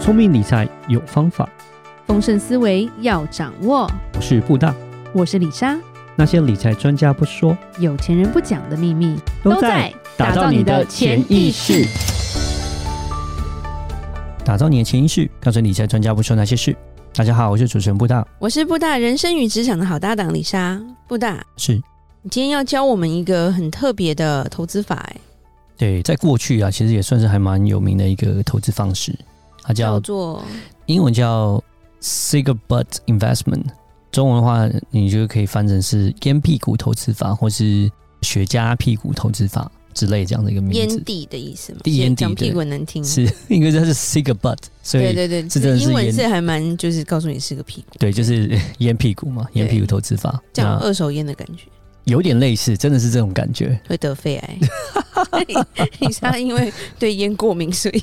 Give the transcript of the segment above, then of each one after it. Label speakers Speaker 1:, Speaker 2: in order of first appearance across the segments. Speaker 1: 聪明理财有方法，
Speaker 2: 丰盛思维要掌握。
Speaker 1: 我是布大。
Speaker 2: 我是李莎，
Speaker 1: 那些理财专家不说，
Speaker 2: 有钱人不讲的秘密
Speaker 1: 打造你的潜意识。，打造你的潜意识，告诉理财专家不说那些事。大家好，我是主持人布大，
Speaker 3: 我是布大人生与职场的好搭档李莎。布大，
Speaker 1: 是
Speaker 3: 你今天要教我们一个很特别的投资法、哎，
Speaker 1: 对，在过去啊，其实也算是还蛮有名的一个投资方式，它
Speaker 3: 叫
Speaker 1: 叫
Speaker 3: 做
Speaker 1: 英文叫 Cigarette Investment，中文的话你就可以翻成是烟屁股投资法，或是雪茄屁股投资法之类这样的一个名
Speaker 3: 烟
Speaker 1: 字。
Speaker 3: 蒂的意思嘛？
Speaker 1: 地烟蒂
Speaker 3: 讲
Speaker 1: 对
Speaker 3: 屁股很难听。
Speaker 1: 是， 因为它是 cigarette，所以
Speaker 3: 嗯对对对，
Speaker 1: 这真的是
Speaker 3: 英文
Speaker 1: 烟
Speaker 3: 字还蛮，就是告诉你是个屁股，
Speaker 1: 对，就是 烟屁股嘛，烟屁股投资法，
Speaker 3: 这样呃
Speaker 1: 那
Speaker 3: 二手烟的感觉
Speaker 1: 有点类似，真的是这种感觉。
Speaker 3: 会得肺 癌。李莎因为对烟过敏，所以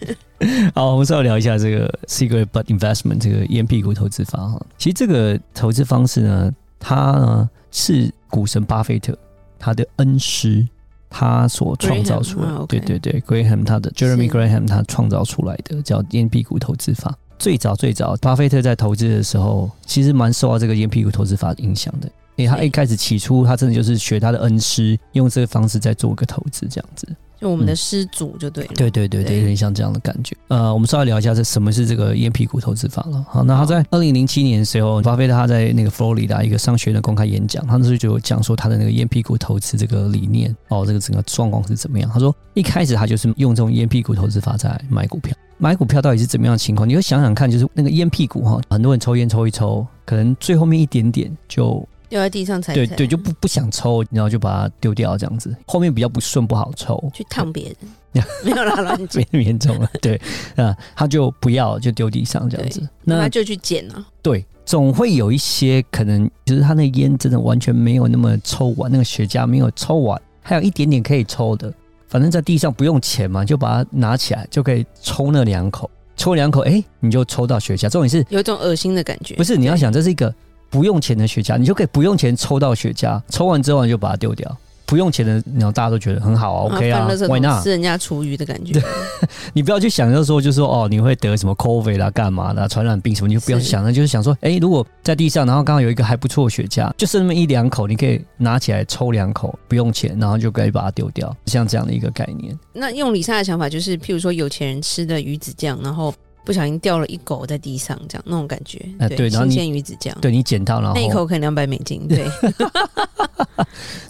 Speaker 1: 好，我们稍微聊一下这个 cigarette butt investment 这个烟屁股投资法哈。其实这个投资方式呢，它呢是股神巴菲特他的恩师他所创造出来
Speaker 3: Graham，啊，OK
Speaker 1: 对对对，Graham 他的 Jeremy
Speaker 3: 是
Speaker 1: Graham 他创造出来的叫烟屁股投资法。最早最早，巴菲特在投资的时候，其实蛮受到这个烟屁股投资法影响的。因为他
Speaker 3: 对
Speaker 1: 一开始起初，他真的就是学他的恩师，用这个方式在做个投资，这样子。
Speaker 3: 就我们的失主就对了。
Speaker 1: 对对对对，
Speaker 3: 对
Speaker 1: 有点像这样的感觉。呃，我们稍微聊一下这什么是这个烟屁股投资法了。好，那他在二零零七年的时候，巴菲特他在那个佛罗里达一个商学院的公开演讲，他那时候就有讲说他的那个烟屁股投资这个理念哦，这个整个状况是怎么样？他说一开始他就是用这种烟屁股投资法在买股票。买股票到底是怎么样的情况？你就想想看，就是那个烟屁股哈，很多人抽烟抽一抽，可能最后面一点点就
Speaker 3: 掉在地上踩一
Speaker 1: 对
Speaker 3: 踩，
Speaker 1: 对就不不想抽，然后就把它丢掉这样子，后面比较不顺不好抽，
Speaker 3: 去烫别人， 没有啦，乱讲。
Speaker 1: 没那么严重了，对，啊，他就不要，就丢地上这样子。那
Speaker 3: 他就去啊捡了，
Speaker 1: 对，总会有一些可能，就是他那烟真的完全没有那么抽完，那个雪茄没有抽完，还有一点点可以抽的，反正在地上不用钱嘛，就把它拿起来就可以抽那两口，抽两口，哎、你就抽到雪茄。重点是
Speaker 3: 有一种恶心的感觉。
Speaker 1: 不是你要想，这是一个不用钱的雪茄，你就可以不用钱抽到雪茄，抽完之后你就把它丢掉。不用钱的，然后大家都觉得很好啊，OK 啊
Speaker 3: 放垃圾
Speaker 1: ，Why not？
Speaker 3: 桶吃人家厨余的感觉。
Speaker 1: 你不要去想着说，就说哦，你会得什么 COVID 啦、干嘛的啊、传染病什么，你就不要去
Speaker 3: 是
Speaker 1: 想了，就是想说，哎、如果在地上，然后刚好有一个还不错的雪茄，就是那么一两口，你可以拿起来抽两口，不用钱，然后就可以把它丢掉，像这样的一个概念。
Speaker 3: 那用李莎的想法就是，譬如说有钱人吃的鱼子酱，然后不小心掉了一狗在地上，这样那种感觉。
Speaker 1: 哎对然后
Speaker 3: 新
Speaker 1: 你
Speaker 3: 鲜鱼子酱，
Speaker 1: 对你捡到，然
Speaker 3: 那一
Speaker 1: 后
Speaker 3: 口可能两百美金。对，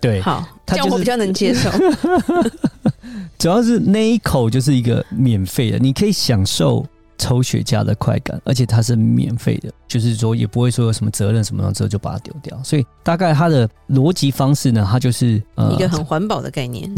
Speaker 1: 对，
Speaker 3: 好，
Speaker 1: 它就
Speaker 3: 这
Speaker 1: 是
Speaker 3: 样我比较能 接受。
Speaker 1: 主要是那一口就是一个免费的，你可以享受抽雪茄的快感，而且它是免费的，就是说也不会说有什么责任什么的，之后就把它丢掉。所以大概它的逻辑方式呢，它就是呃
Speaker 3: 一个很环保的 概念，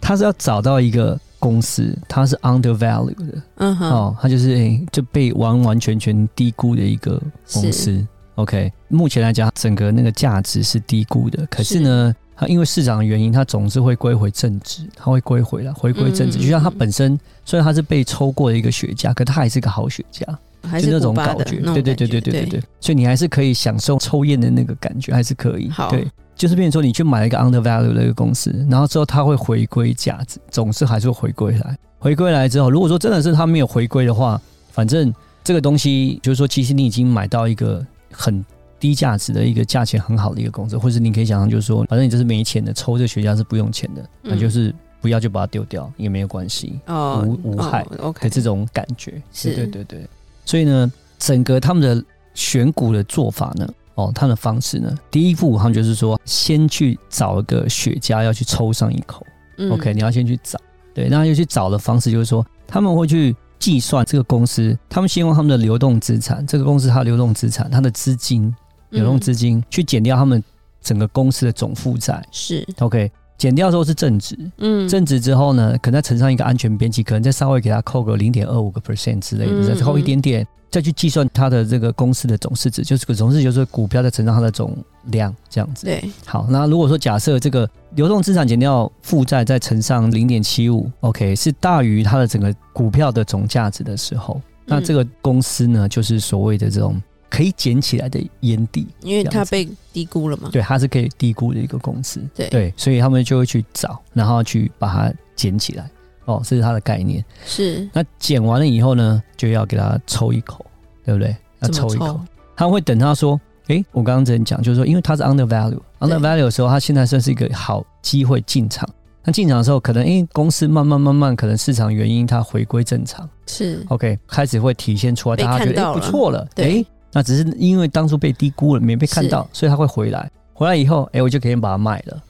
Speaker 1: 他是要找到一个公司，它是 undervalue 的、
Speaker 3: 嗯哼，
Speaker 1: 哦，它就是、诶就被完完全全低估的一个公司。OK，目前来讲，整个那个价值是低估的，可是呢，它因为市场的原因，它总是会归回正值，它会归回了，回归正值。
Speaker 3: 嗯
Speaker 1: 就像它本身，虽然它是被抽过的一个雪茄，可它还是个好雪茄，
Speaker 3: 还
Speaker 1: 就是那
Speaker 3: 古
Speaker 1: 种
Speaker 3: 巴
Speaker 1: 感
Speaker 3: 的
Speaker 1: 觉，
Speaker 3: 那
Speaker 1: 对对
Speaker 3: 种感
Speaker 1: 对对
Speaker 3: 觉，
Speaker 1: 对对对，所以你还是可以享受抽烟的那个感觉，还是可以。
Speaker 3: 好
Speaker 1: 对，就是变成说你去买了一个 undervalue 的一个公司，然后之后它会回归价值，总是还是会回归来。回归来之后，如果说真的是它没有回归的话，反正这个东西就是说，其实你已经买到一个很。低价值的一个价钱很好的一个公司，或者你可以想象，就是说，反正你这是没钱的，抽这雪茄是不用钱的，那、
Speaker 3: 嗯
Speaker 1: 就是不要就把它丢掉也没有关系。
Speaker 3: 哦，
Speaker 1: 无无害
Speaker 3: 哦
Speaker 1: 的
Speaker 3: ，OK，
Speaker 1: 这种感觉。
Speaker 3: 是
Speaker 1: 对对对对。所以呢，整个他们的选股的做法呢，哦，他们的方式呢，第一步他们就是说，先去找一个雪茄要去抽上一口。
Speaker 3: 嗯
Speaker 1: OK，你要先去找。对，那要去找的方式就是说，他们会去计算这个公司，他们希望他们的流动资产，这个公司它的流动资产，它的资金，
Speaker 3: 嗯
Speaker 1: 流动资金、去减掉他们整个公司的总负债。
Speaker 3: 是，
Speaker 1: OK，减掉之后是正值，
Speaker 3: 嗯，
Speaker 1: 正值之后呢，可能再乘上一个安全边际，可能再稍微给它扣个零点二五个 percent 之类的，
Speaker 3: 嗯
Speaker 1: 再扣一点点，再去计算它的这个公司的总市值，就是总市值就是股票再乘上它的总量这样子。
Speaker 3: 对，
Speaker 1: 好，那如果说假设这个流动资产减掉负债再乘上零点七五，OK，是大于它的整个股票的总价值的时候，那
Speaker 3: 嗯
Speaker 1: 这个公司呢，就是所谓的这种可以捡起来的烟蒂。
Speaker 3: 因为
Speaker 1: 这样
Speaker 3: 它
Speaker 1: 子
Speaker 3: 被低估了嘛，
Speaker 1: 对，它是可以低估的一个公司，
Speaker 3: 对
Speaker 1: 所以他们就会去找，然后去把它捡起来。哦，这是它的概念。
Speaker 3: 是
Speaker 1: 那剪完了以后呢，就要给它抽一口，对不对？要
Speaker 3: 怎么
Speaker 1: 抽一口，他会等他说，诶，我刚刚之前讲就是说，因为它是 under value，under
Speaker 3: 对
Speaker 1: value 的时候，它现在算是一个好机会进场。那进场的时候，可能因为公司慢慢慢慢，可能市场原因它回归正常
Speaker 3: 是
Speaker 1: ，OK，开始会体现出来，
Speaker 3: 被
Speaker 1: 大家觉
Speaker 3: 看
Speaker 1: 得哎
Speaker 3: 到
Speaker 1: 诶不
Speaker 3: 了
Speaker 1: 错了，
Speaker 3: 对
Speaker 1: 诶，那只是因为当初被低估了，没被看
Speaker 3: 是
Speaker 1: 到，所以它会回来。回来以后，哎诶，我就可以把它卖了，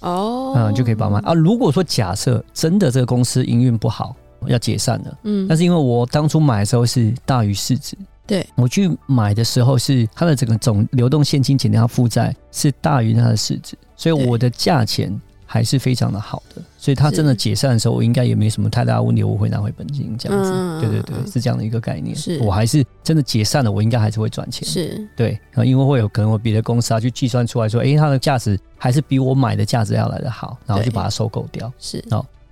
Speaker 3: 哦，
Speaker 1: 嗯，就可以把它卖啊。如果说假设真的这个公司营运不好，要解散了。
Speaker 3: 嗯，
Speaker 1: 但是因为我当初买的时候是大于市值，
Speaker 3: 对
Speaker 1: 我去买的时候是它的整个总流动现金减掉它负债是大于它的市值，所以
Speaker 3: 对
Speaker 1: 我的价钱还是非常的好的，所以它真的
Speaker 3: 是
Speaker 1: 解散的时候，我应该也没什么太大的问题，我会拿回本金这样子。
Speaker 3: 嗯
Speaker 1: 对对
Speaker 3: 嗯
Speaker 1: 对，
Speaker 3: 嗯
Speaker 1: 是这样的一个概念。
Speaker 3: 是
Speaker 1: 我还是真的解散了，我应该还是会赚钱。
Speaker 3: 是
Speaker 1: 对，啊，因为会有可能我别的公司啊去计算出来说，诶，它的价值还是比我买的价值要来的好，然后就
Speaker 3: 对
Speaker 1: 把它收购掉。
Speaker 3: 是，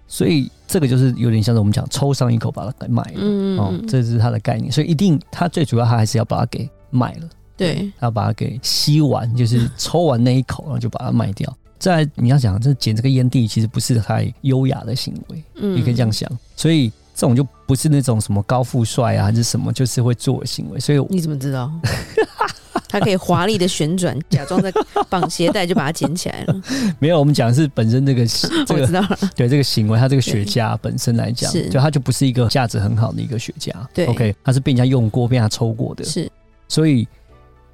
Speaker 1: 所以这个就是有点像是我们讲抽上一口把它给卖了，
Speaker 3: 嗯，
Speaker 1: 哦
Speaker 3: 嗯，
Speaker 1: 这是它的概念。所以一定它最主要它还是要把它给卖了，
Speaker 3: 对
Speaker 1: 要把它给吸完， 就是抽完那一口，然后就把它卖掉。再来你要想，这捡这个烟蒂其实不是太优雅的行为，
Speaker 3: 嗯
Speaker 1: 你可以这样，想。所以这种就不是那种什么高富帅啊，还是什么，就是会做的行为。所以我
Speaker 3: 你怎么知道？ 它可以华丽的 旋转，假装在绑鞋带就把它捡起来了。
Speaker 1: 没有我们讲的是本身这个 这
Speaker 3: 我
Speaker 1: 个
Speaker 3: 知道了，
Speaker 1: 对这个行为，他这个雪茄本身来讲，
Speaker 3: 是
Speaker 1: 就他就不是一个价值很好的一个雪茄。
Speaker 3: 对
Speaker 1: ，OK，他是被人家用过、被人家抽过的，
Speaker 3: 是
Speaker 1: 所以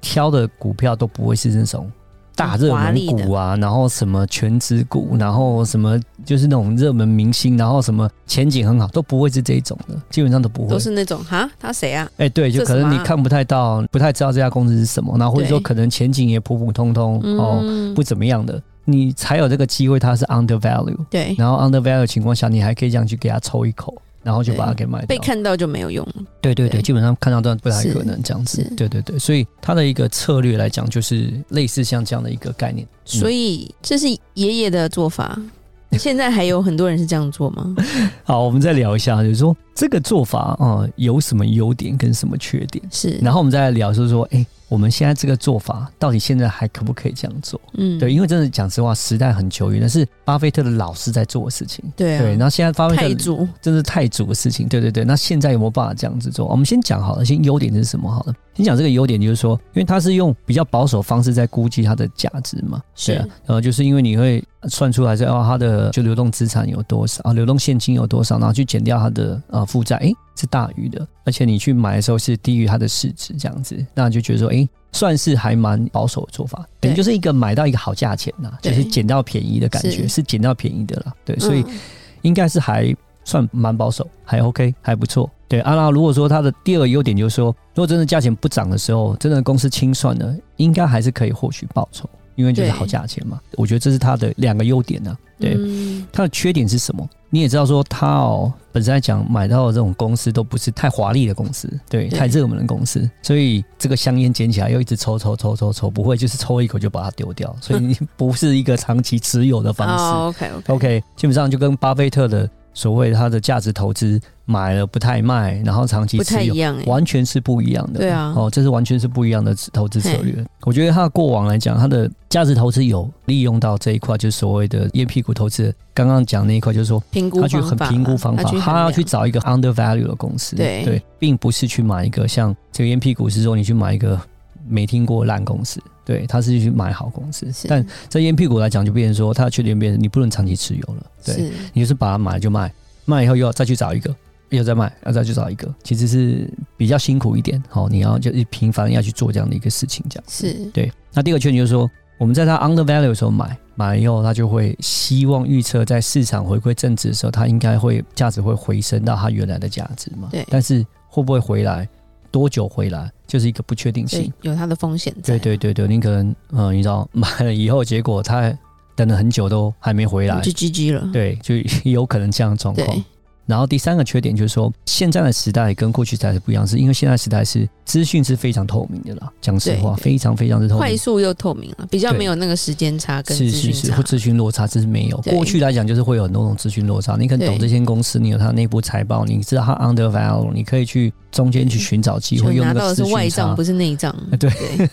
Speaker 1: 挑的股票都不会是那种大热门股啊，然后什么全职股，然后什么就是那种热门明星，然后什么前景很好，都不会是这一种的，基本上都不会
Speaker 3: 都。是那种哈，他谁啊？
Speaker 1: 哎、对，就
Speaker 3: 这
Speaker 1: 可
Speaker 3: 什
Speaker 1: 能
Speaker 3: 么
Speaker 1: 你
Speaker 3: 啊
Speaker 1: 看不太到，不太知道这家公司是什么，然后或者说
Speaker 3: 对
Speaker 1: 可能前景也普普通通、哦，
Speaker 3: 嗯，
Speaker 1: 不怎么样的，你才有这个机会，它是 under value。
Speaker 3: 对，
Speaker 1: 然后 under value 的情况下，你还可以这样去给它抽一口，然后就把它
Speaker 3: 对
Speaker 1: 给卖掉。
Speaker 3: 被看到就没有用了。
Speaker 1: 对对对，
Speaker 3: 对
Speaker 1: 基本上看到都不太可能这样子
Speaker 3: 是。
Speaker 1: 对对对，所以它的一个策略来讲，就是类似像这样的一个概念。
Speaker 3: 所以这是爷爷的做法。
Speaker 1: 嗯
Speaker 3: 现在还有很多人是这样 做吗？
Speaker 1: 好，我们再聊一下，就是说这个做法啊、呃有什么优点跟什么缺点，
Speaker 3: 是，
Speaker 1: 然后我们再来聊，就是说，哎，我们现在这个做法到底现在还可不可以这样做？
Speaker 3: 嗯
Speaker 1: 对，因为真的讲实话，时代很久远，那是巴菲特的老师在做的事情。
Speaker 3: 对啊，
Speaker 1: 对，然后现在巴菲特
Speaker 3: 太祖
Speaker 1: 真是太主的事情。对对对，那现在有没有办法这样子做？我们先讲好了，先优点是什么好了。先讲这个优点就是说，因为它是用比较保守方式在估计它的价值嘛，
Speaker 3: 是
Speaker 1: 对啊，呃，就是因为你会算出来是哦，它的就流动资产有多少啊，流动现金有多少，然后去减掉它的呃负债，诶，是大于的，而且你去买的时候是低于它的市值这样子，那你就觉得说，诶，算是还蛮保守的做法，等于
Speaker 3: 对
Speaker 1: 就是一个买到一个好价钱呐、就是
Speaker 3: 对
Speaker 1: 捡到便宜的感觉，
Speaker 3: 是
Speaker 1: 是捡到便宜的啦，对，所以
Speaker 3: 嗯
Speaker 1: 应该是还算蛮保守，还 OK，还不错。对，阿、啊、拉如果说它的第二个优点就是说，如果真的价钱不涨的时候，真的公司清算呢，应该还是可以获取报酬，因为就是
Speaker 3: 对
Speaker 1: 好价钱嘛。我觉得这是它的两个优点呢、对，
Speaker 3: 嗯
Speaker 1: 它的缺点是什么？你也知道说它哦，本身来讲买到的这种公司都不是太华丽的公司，对，
Speaker 3: 对
Speaker 1: 太热门的公司，所以这个香烟捡起来又一直抽抽抽抽抽，不会就是抽一口就把它丢掉，所以你不是一个长期持有的方式。
Speaker 3: 哦，OK OK，
Speaker 1: OK，基本上就跟巴菲特的所谓他的价值投资买了不太卖，然后长期
Speaker 3: 不太
Speaker 1: 持
Speaker 3: 一
Speaker 1: 有，
Speaker 3: 样哎，
Speaker 1: 完全是不一样的。
Speaker 3: 对啊
Speaker 1: 哦，这是完全是不一样的投资策略。我觉得他的过往来讲，他的价值投资有利用到这一块，就是所谓的烟屁股投资。刚刚讲那一块，就是说
Speaker 3: 评估
Speaker 1: 他去很
Speaker 3: 方法啦，
Speaker 1: 评估方法，
Speaker 3: 去衡
Speaker 1: 他要去
Speaker 3: 量
Speaker 1: 找一个 under value 的公司，
Speaker 3: 对
Speaker 1: 并不是去买一个像这个烟屁股是说你去买一个没听过的烂公司，对，他是去买好公司。
Speaker 3: 是
Speaker 1: 但在烟屁股来讲，就变成说它的缺点变成你不能长期持有了，对，
Speaker 3: 是
Speaker 1: 你就是把它买了就卖，卖了以后又要再去找一个。又再卖，要再去找一个，其实是比较辛苦一点。好、你要就是频繁地要去做这样的一个事情，这样子
Speaker 3: 是
Speaker 1: 对，那第二个缺点就是说，我们在它 under value 的时候买，买了以后，它就会希望预测在市场回归正值的时候，它应该会价值会回升到它原来的价值嘛。
Speaker 3: 对
Speaker 1: 但是会不会回来，多久回来，就是一个不确定
Speaker 3: 所以
Speaker 1: 性。
Speaker 3: 有它的风险
Speaker 1: 对
Speaker 3: 在啊，
Speaker 1: 对对对，你可能呃，你知道买了以后，结果它等了很久都还没回来
Speaker 3: 你，就 GG 了，
Speaker 1: 对，就 有可能这样的状况
Speaker 3: 对。
Speaker 1: 然后第三个缺点就是说，现在的时代跟过去时代是不一样，是因为现在时代是资讯是非常透明的啦。讲实
Speaker 3: 对
Speaker 1: 话，
Speaker 3: 对
Speaker 1: 非常非常是透明的
Speaker 3: 快速又透明了，比较
Speaker 1: 对
Speaker 3: 没有那个时间差跟
Speaker 1: 是
Speaker 3: 资
Speaker 1: 是
Speaker 3: 讯
Speaker 1: 是，
Speaker 3: 差
Speaker 1: 或，资讯落差这是没有。
Speaker 3: 对
Speaker 1: 过去来讲，就是会有很多种资讯落差。你可能懂这
Speaker 3: 对
Speaker 1: 些公司，你有它内部财报，你知道它 under value，你可以去中间去寻找机
Speaker 3: 所
Speaker 1: 会，
Speaker 3: 以
Speaker 1: 用
Speaker 3: 拿
Speaker 1: 那
Speaker 3: 到
Speaker 1: 个
Speaker 3: 的
Speaker 1: 资
Speaker 3: 是外
Speaker 1: 讯
Speaker 3: 账
Speaker 1: 差
Speaker 3: 不。是内账
Speaker 1: 啊，对
Speaker 3: 对，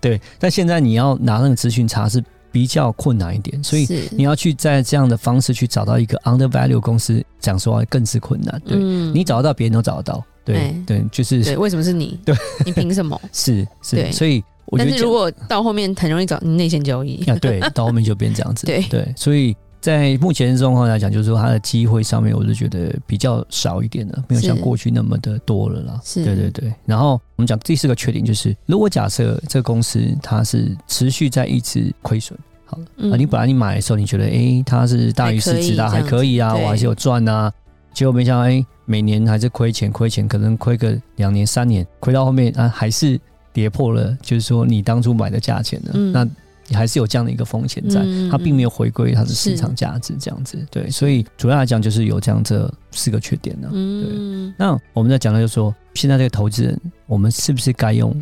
Speaker 1: 对，但现在你要拿那个资讯差是比较困难一点，所以
Speaker 3: 是
Speaker 1: 你要去在这样的方式去找到一个 under value 公司，讲实话更是困难。对、
Speaker 3: 嗯
Speaker 1: 你找得到，别人都找得到。对、
Speaker 3: 哎
Speaker 1: 对，就是
Speaker 3: 对，为什么是你？
Speaker 1: 对，
Speaker 3: 你凭什么？
Speaker 1: 是是，
Speaker 3: 对
Speaker 1: 所以 我觉
Speaker 3: 但
Speaker 1: 得
Speaker 3: 是如果到后面很容易找内线交易，
Speaker 1: 啊，对，到后面就变这样子。
Speaker 3: 对
Speaker 1: 对，所以在目前的状况来讲，就是说它的机会上面，我就觉得比较少一点了，没有像
Speaker 3: 是
Speaker 1: 过去那么的多了啦。
Speaker 3: 是
Speaker 1: 对对对。然后我们讲第四个缺点就是，如果假设这个公司它是持续在一直亏损。好了，
Speaker 3: 嗯
Speaker 1: 啊，你本来你买的时候，你觉得诶它是大于市值的啊，
Speaker 3: 还可以
Speaker 1: 还可以啊，
Speaker 3: 这样子
Speaker 1: 我还是有赚啊。结果没想到，诶，每年还是亏钱，亏钱，可能亏个两年、三年，亏到后面啊，还是跌破了，就是说你当初买的价钱了。
Speaker 3: 嗯
Speaker 1: 那你还是有这样的一个风险在，
Speaker 3: 嗯嗯
Speaker 1: 它并没有回归它的市
Speaker 3: 是
Speaker 1: 场价值这样子。对，所以主要来讲就是有这样这四个缺点呢、啊
Speaker 3: 嗯，
Speaker 1: 那我们在讲到就是说，现在这个投资人，我们是不是该用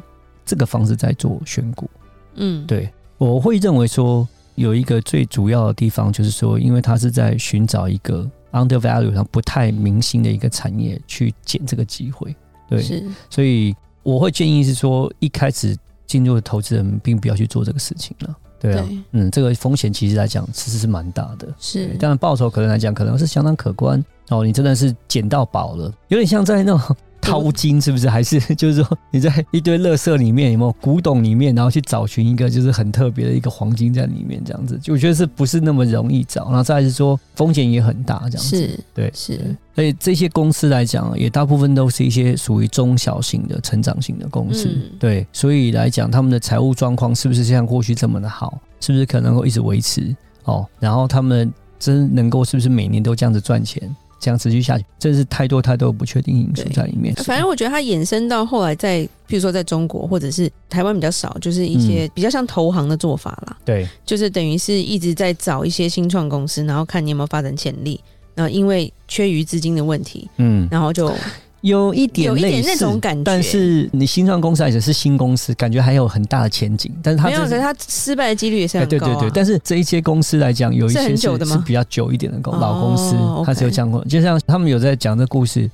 Speaker 1: 这个方式在做选股？
Speaker 3: 嗯，
Speaker 1: 对我会认为说，有一个最主要的地方就是说，因为它是在寻找一个 undervalue 上不太明星的一个产业去捡这个机会。对，
Speaker 3: 是
Speaker 1: 所以我会建议是说，一开始进入的投资人并不要去做这个事情了。对啊，
Speaker 3: 对
Speaker 1: 嗯，这个风险其实来讲其实是蛮大的。
Speaker 3: 是
Speaker 1: 对，当然报酬可能来讲可能是相当可观哦，你真的是捡到宝了，有点像在那种淘金，是不是？还是 就是说你在一堆垃圾里面有没有古董里面，然后去找寻一个就是很特别的一个黄金在里面这样子，就我觉得是不是那么容易找？然后再来是说风险也很大这样子。
Speaker 3: 是，
Speaker 1: 对
Speaker 3: 是，
Speaker 1: 所以这些公司来讲，也大部分都是一些属于中小型的成长型的公司，
Speaker 3: 嗯
Speaker 1: 对，所以来讲，他们的财务状况是不是像过去这么的好？是不是可能够一直维持？哦，然后他们真能够是不是每年都这样子赚钱，这样持续下去？真是太多太多不确定因素
Speaker 3: 对
Speaker 1: 在里面。
Speaker 3: 反正我觉得它衍生到后来在，譬如说在中国或者是台湾比较少，就是一些
Speaker 1: 嗯
Speaker 3: 比较像投行的做法啦，
Speaker 1: 对
Speaker 3: 就是等于是一直在找一些新创公司，然后看你有没有发展潜力。然后因为缺余资金的问题，
Speaker 1: 嗯，
Speaker 3: 然后 就
Speaker 1: 有一点
Speaker 3: 有一点
Speaker 1: 类似
Speaker 3: 那种感觉。
Speaker 1: 但是你新创公司来讲是新公司，感觉还有很大的前景，但是它
Speaker 3: 没有，
Speaker 1: 这
Speaker 3: 可
Speaker 1: 是
Speaker 3: 是它失败的几率也是
Speaker 1: 哎，
Speaker 3: 很
Speaker 1: 对
Speaker 3: 高、啊
Speaker 1: 对对，但是这一些公司来讲，有一
Speaker 3: 是
Speaker 1: 些
Speaker 3: 很
Speaker 1: 是
Speaker 3: 久的吗
Speaker 1: 是比较久一点的公
Speaker 3: 哦
Speaker 1: 老公司，它
Speaker 3: OK
Speaker 1: 是有讲过，就像他们有在讲这故事。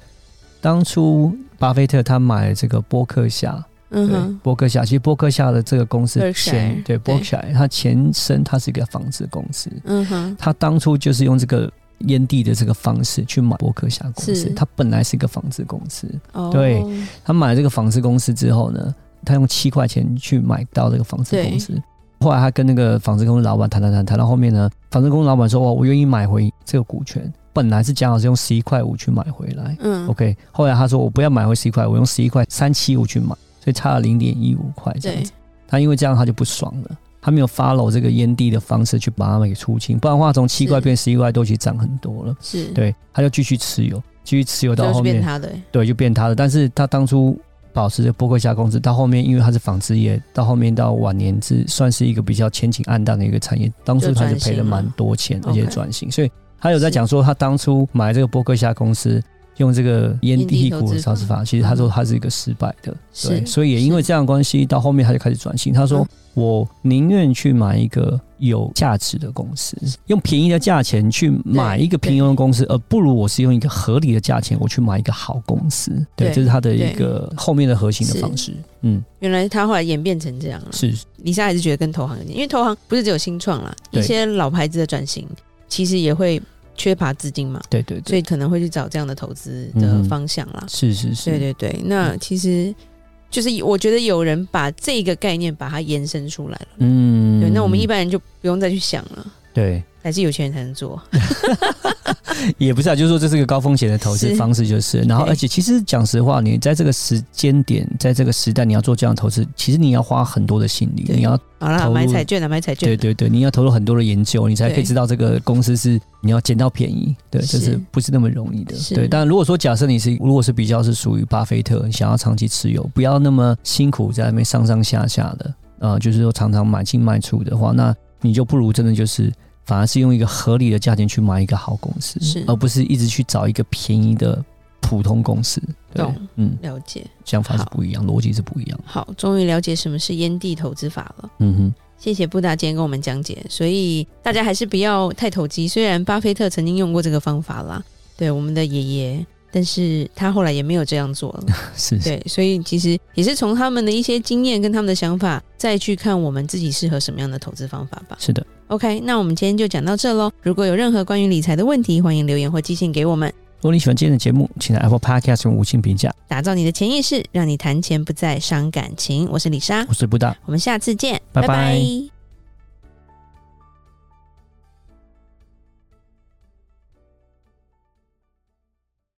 Speaker 1: 当初巴菲特他买了这个波克夏，
Speaker 3: 嗯
Speaker 1: 对，
Speaker 3: 哼，
Speaker 1: 波克夏，其实波克夏的这个公司
Speaker 3: Berkshire，
Speaker 1: 前对
Speaker 3: 对
Speaker 1: Berkshire，它前身它是一个纺织公司，
Speaker 3: 嗯哼，
Speaker 1: 他当初就是用这个烟蒂的这个方式去买波克夏公司
Speaker 3: 是，
Speaker 1: 它本来是一个纺织公司，
Speaker 3: 哦，
Speaker 1: 对他买这个纺织公司之后呢，他用七块钱去买到这个纺织公司。后来他跟那个纺织公司老板谈谈谈，谈到后面呢，纺织公司老板说：“哇，我愿意买回这个股权。”本来是讲好是用十一块五去买回来、
Speaker 3: 嗯
Speaker 1: o k 后来他说：“我不要买回十一块，我用十一块三七五去买，所以差了零点一五块这样
Speaker 3: 对
Speaker 1: 子。”他因为这样他就不爽了，他没有 follow 这个烟蒂的方式去把它们给出清，不然的话从七块
Speaker 3: 是
Speaker 1: 变十一块多，其实涨很多了。
Speaker 3: 是，
Speaker 1: 对，他就继续持有，继续持有到
Speaker 3: 就
Speaker 1: 后
Speaker 3: 是
Speaker 1: 面
Speaker 3: 变，他的、欸
Speaker 1: 对，就变他的。但是他当初保持着波克夏公司，到后面因为他是纺织业，到后面到晚年是算是一个比较前景暗淡的一个产业。当初他是赔了蛮多钱，
Speaker 3: 就
Speaker 1: 而
Speaker 3: 转型了
Speaker 1: 且转型，所以他有在讲说，他当初买这个波克夏公司。用这个烟蒂
Speaker 3: 烟蒂投
Speaker 1: 股
Speaker 3: 资嗯
Speaker 1: 的
Speaker 3: 法
Speaker 1: 方式法，其实他说他是一个失败的，
Speaker 3: 是
Speaker 1: 对，所以也因为
Speaker 3: 是
Speaker 1: 这样的关系，到后面他就开始转型。他说
Speaker 3: 嗯：“
Speaker 1: 我宁愿去买一个有价值的公司，用便宜的价钱去买一个平庸的公司，而不如我是用一个合理的价钱，我去买一个好公司。对，
Speaker 3: 对
Speaker 1: 这是它的一个后面的核心的
Speaker 3: 是
Speaker 1: 方式。嗯，
Speaker 3: 原来他后来演变成这样了。啊
Speaker 1: 是
Speaker 3: 李莎还是觉得跟投行有点，因为投行不是只有新创啦，
Speaker 1: 对
Speaker 3: 一些老牌子的转型其实也会缺乏资金嘛，
Speaker 1: 对对
Speaker 3: 所
Speaker 1: 对，
Speaker 3: 以可能会去找这样的投资
Speaker 1: 嗯
Speaker 3: 的
Speaker 1: 哼嗯
Speaker 3: 方向啦。
Speaker 1: 是是是，
Speaker 3: 对对对，那其实就是我觉得有人把这个概念把它延伸出来了，
Speaker 1: 嗯，
Speaker 3: 对，那我们一般人就不用再去想了。
Speaker 1: 对
Speaker 3: 还是有钱人才能做，
Speaker 1: 也不是啊，就是说这是一个高风险的投资
Speaker 3: 是
Speaker 1: 方式，就是。然后，
Speaker 3: 对
Speaker 1: 而且其实讲实话，你在这个时间点，在这个时代，你要做这样的投资，其实你要花很多的心力，
Speaker 3: 对
Speaker 1: 你要
Speaker 3: 好啦，
Speaker 1: 投入
Speaker 3: 买彩券啊，买彩券
Speaker 1: 对
Speaker 3: 啊，
Speaker 1: 对对，你要投入很多的研究，你才可以
Speaker 3: 对
Speaker 1: 知道这个公司是你要捡到便宜，对，这是
Speaker 3: 是
Speaker 1: 不是那么容易的？
Speaker 3: 是
Speaker 1: 对，但如果说假设你是如果是比较是属于巴菲特，你想要长期持有，不要那么辛苦在那边上上下下的，呃，就是说常常买进卖出的话，那你就不如真的就是。反而是用一个合理的价钱去买一个好公司
Speaker 3: 是，
Speaker 1: 而不是一直去找一个便宜的普通公司。对
Speaker 3: 懂，
Speaker 1: 嗯，
Speaker 3: 了解。
Speaker 1: 想法是
Speaker 3: 好
Speaker 1: 不一样，逻辑是不一样。
Speaker 3: 好，终于了解什么是烟蒂投资法了。
Speaker 1: 嗯哼，
Speaker 3: 谢谢布达今天跟我们讲解，所以大家还是不要太投机。虽然巴菲特曾经用过这个方法啦，对我们的爷爷但是他后来也没有这样做了。
Speaker 1: 是是
Speaker 3: 对，所以其实也是从他们的一些经验跟他们的想法，再去看我们自己适合什么样的投资方法吧。
Speaker 1: 是的，
Speaker 3: OK，那我们今天就讲到这喽。如果有任何关于理财的问题，欢迎留言或寄信给我们。
Speaker 1: 如果你喜欢今天的节目，请在 Apple Podcast 用五星评价。
Speaker 3: 打造你的潜意识，让你谈钱不再伤感情。我是李莎，
Speaker 1: 我是布大，
Speaker 3: 我们下次见，
Speaker 1: 拜拜
Speaker 3: 拜拜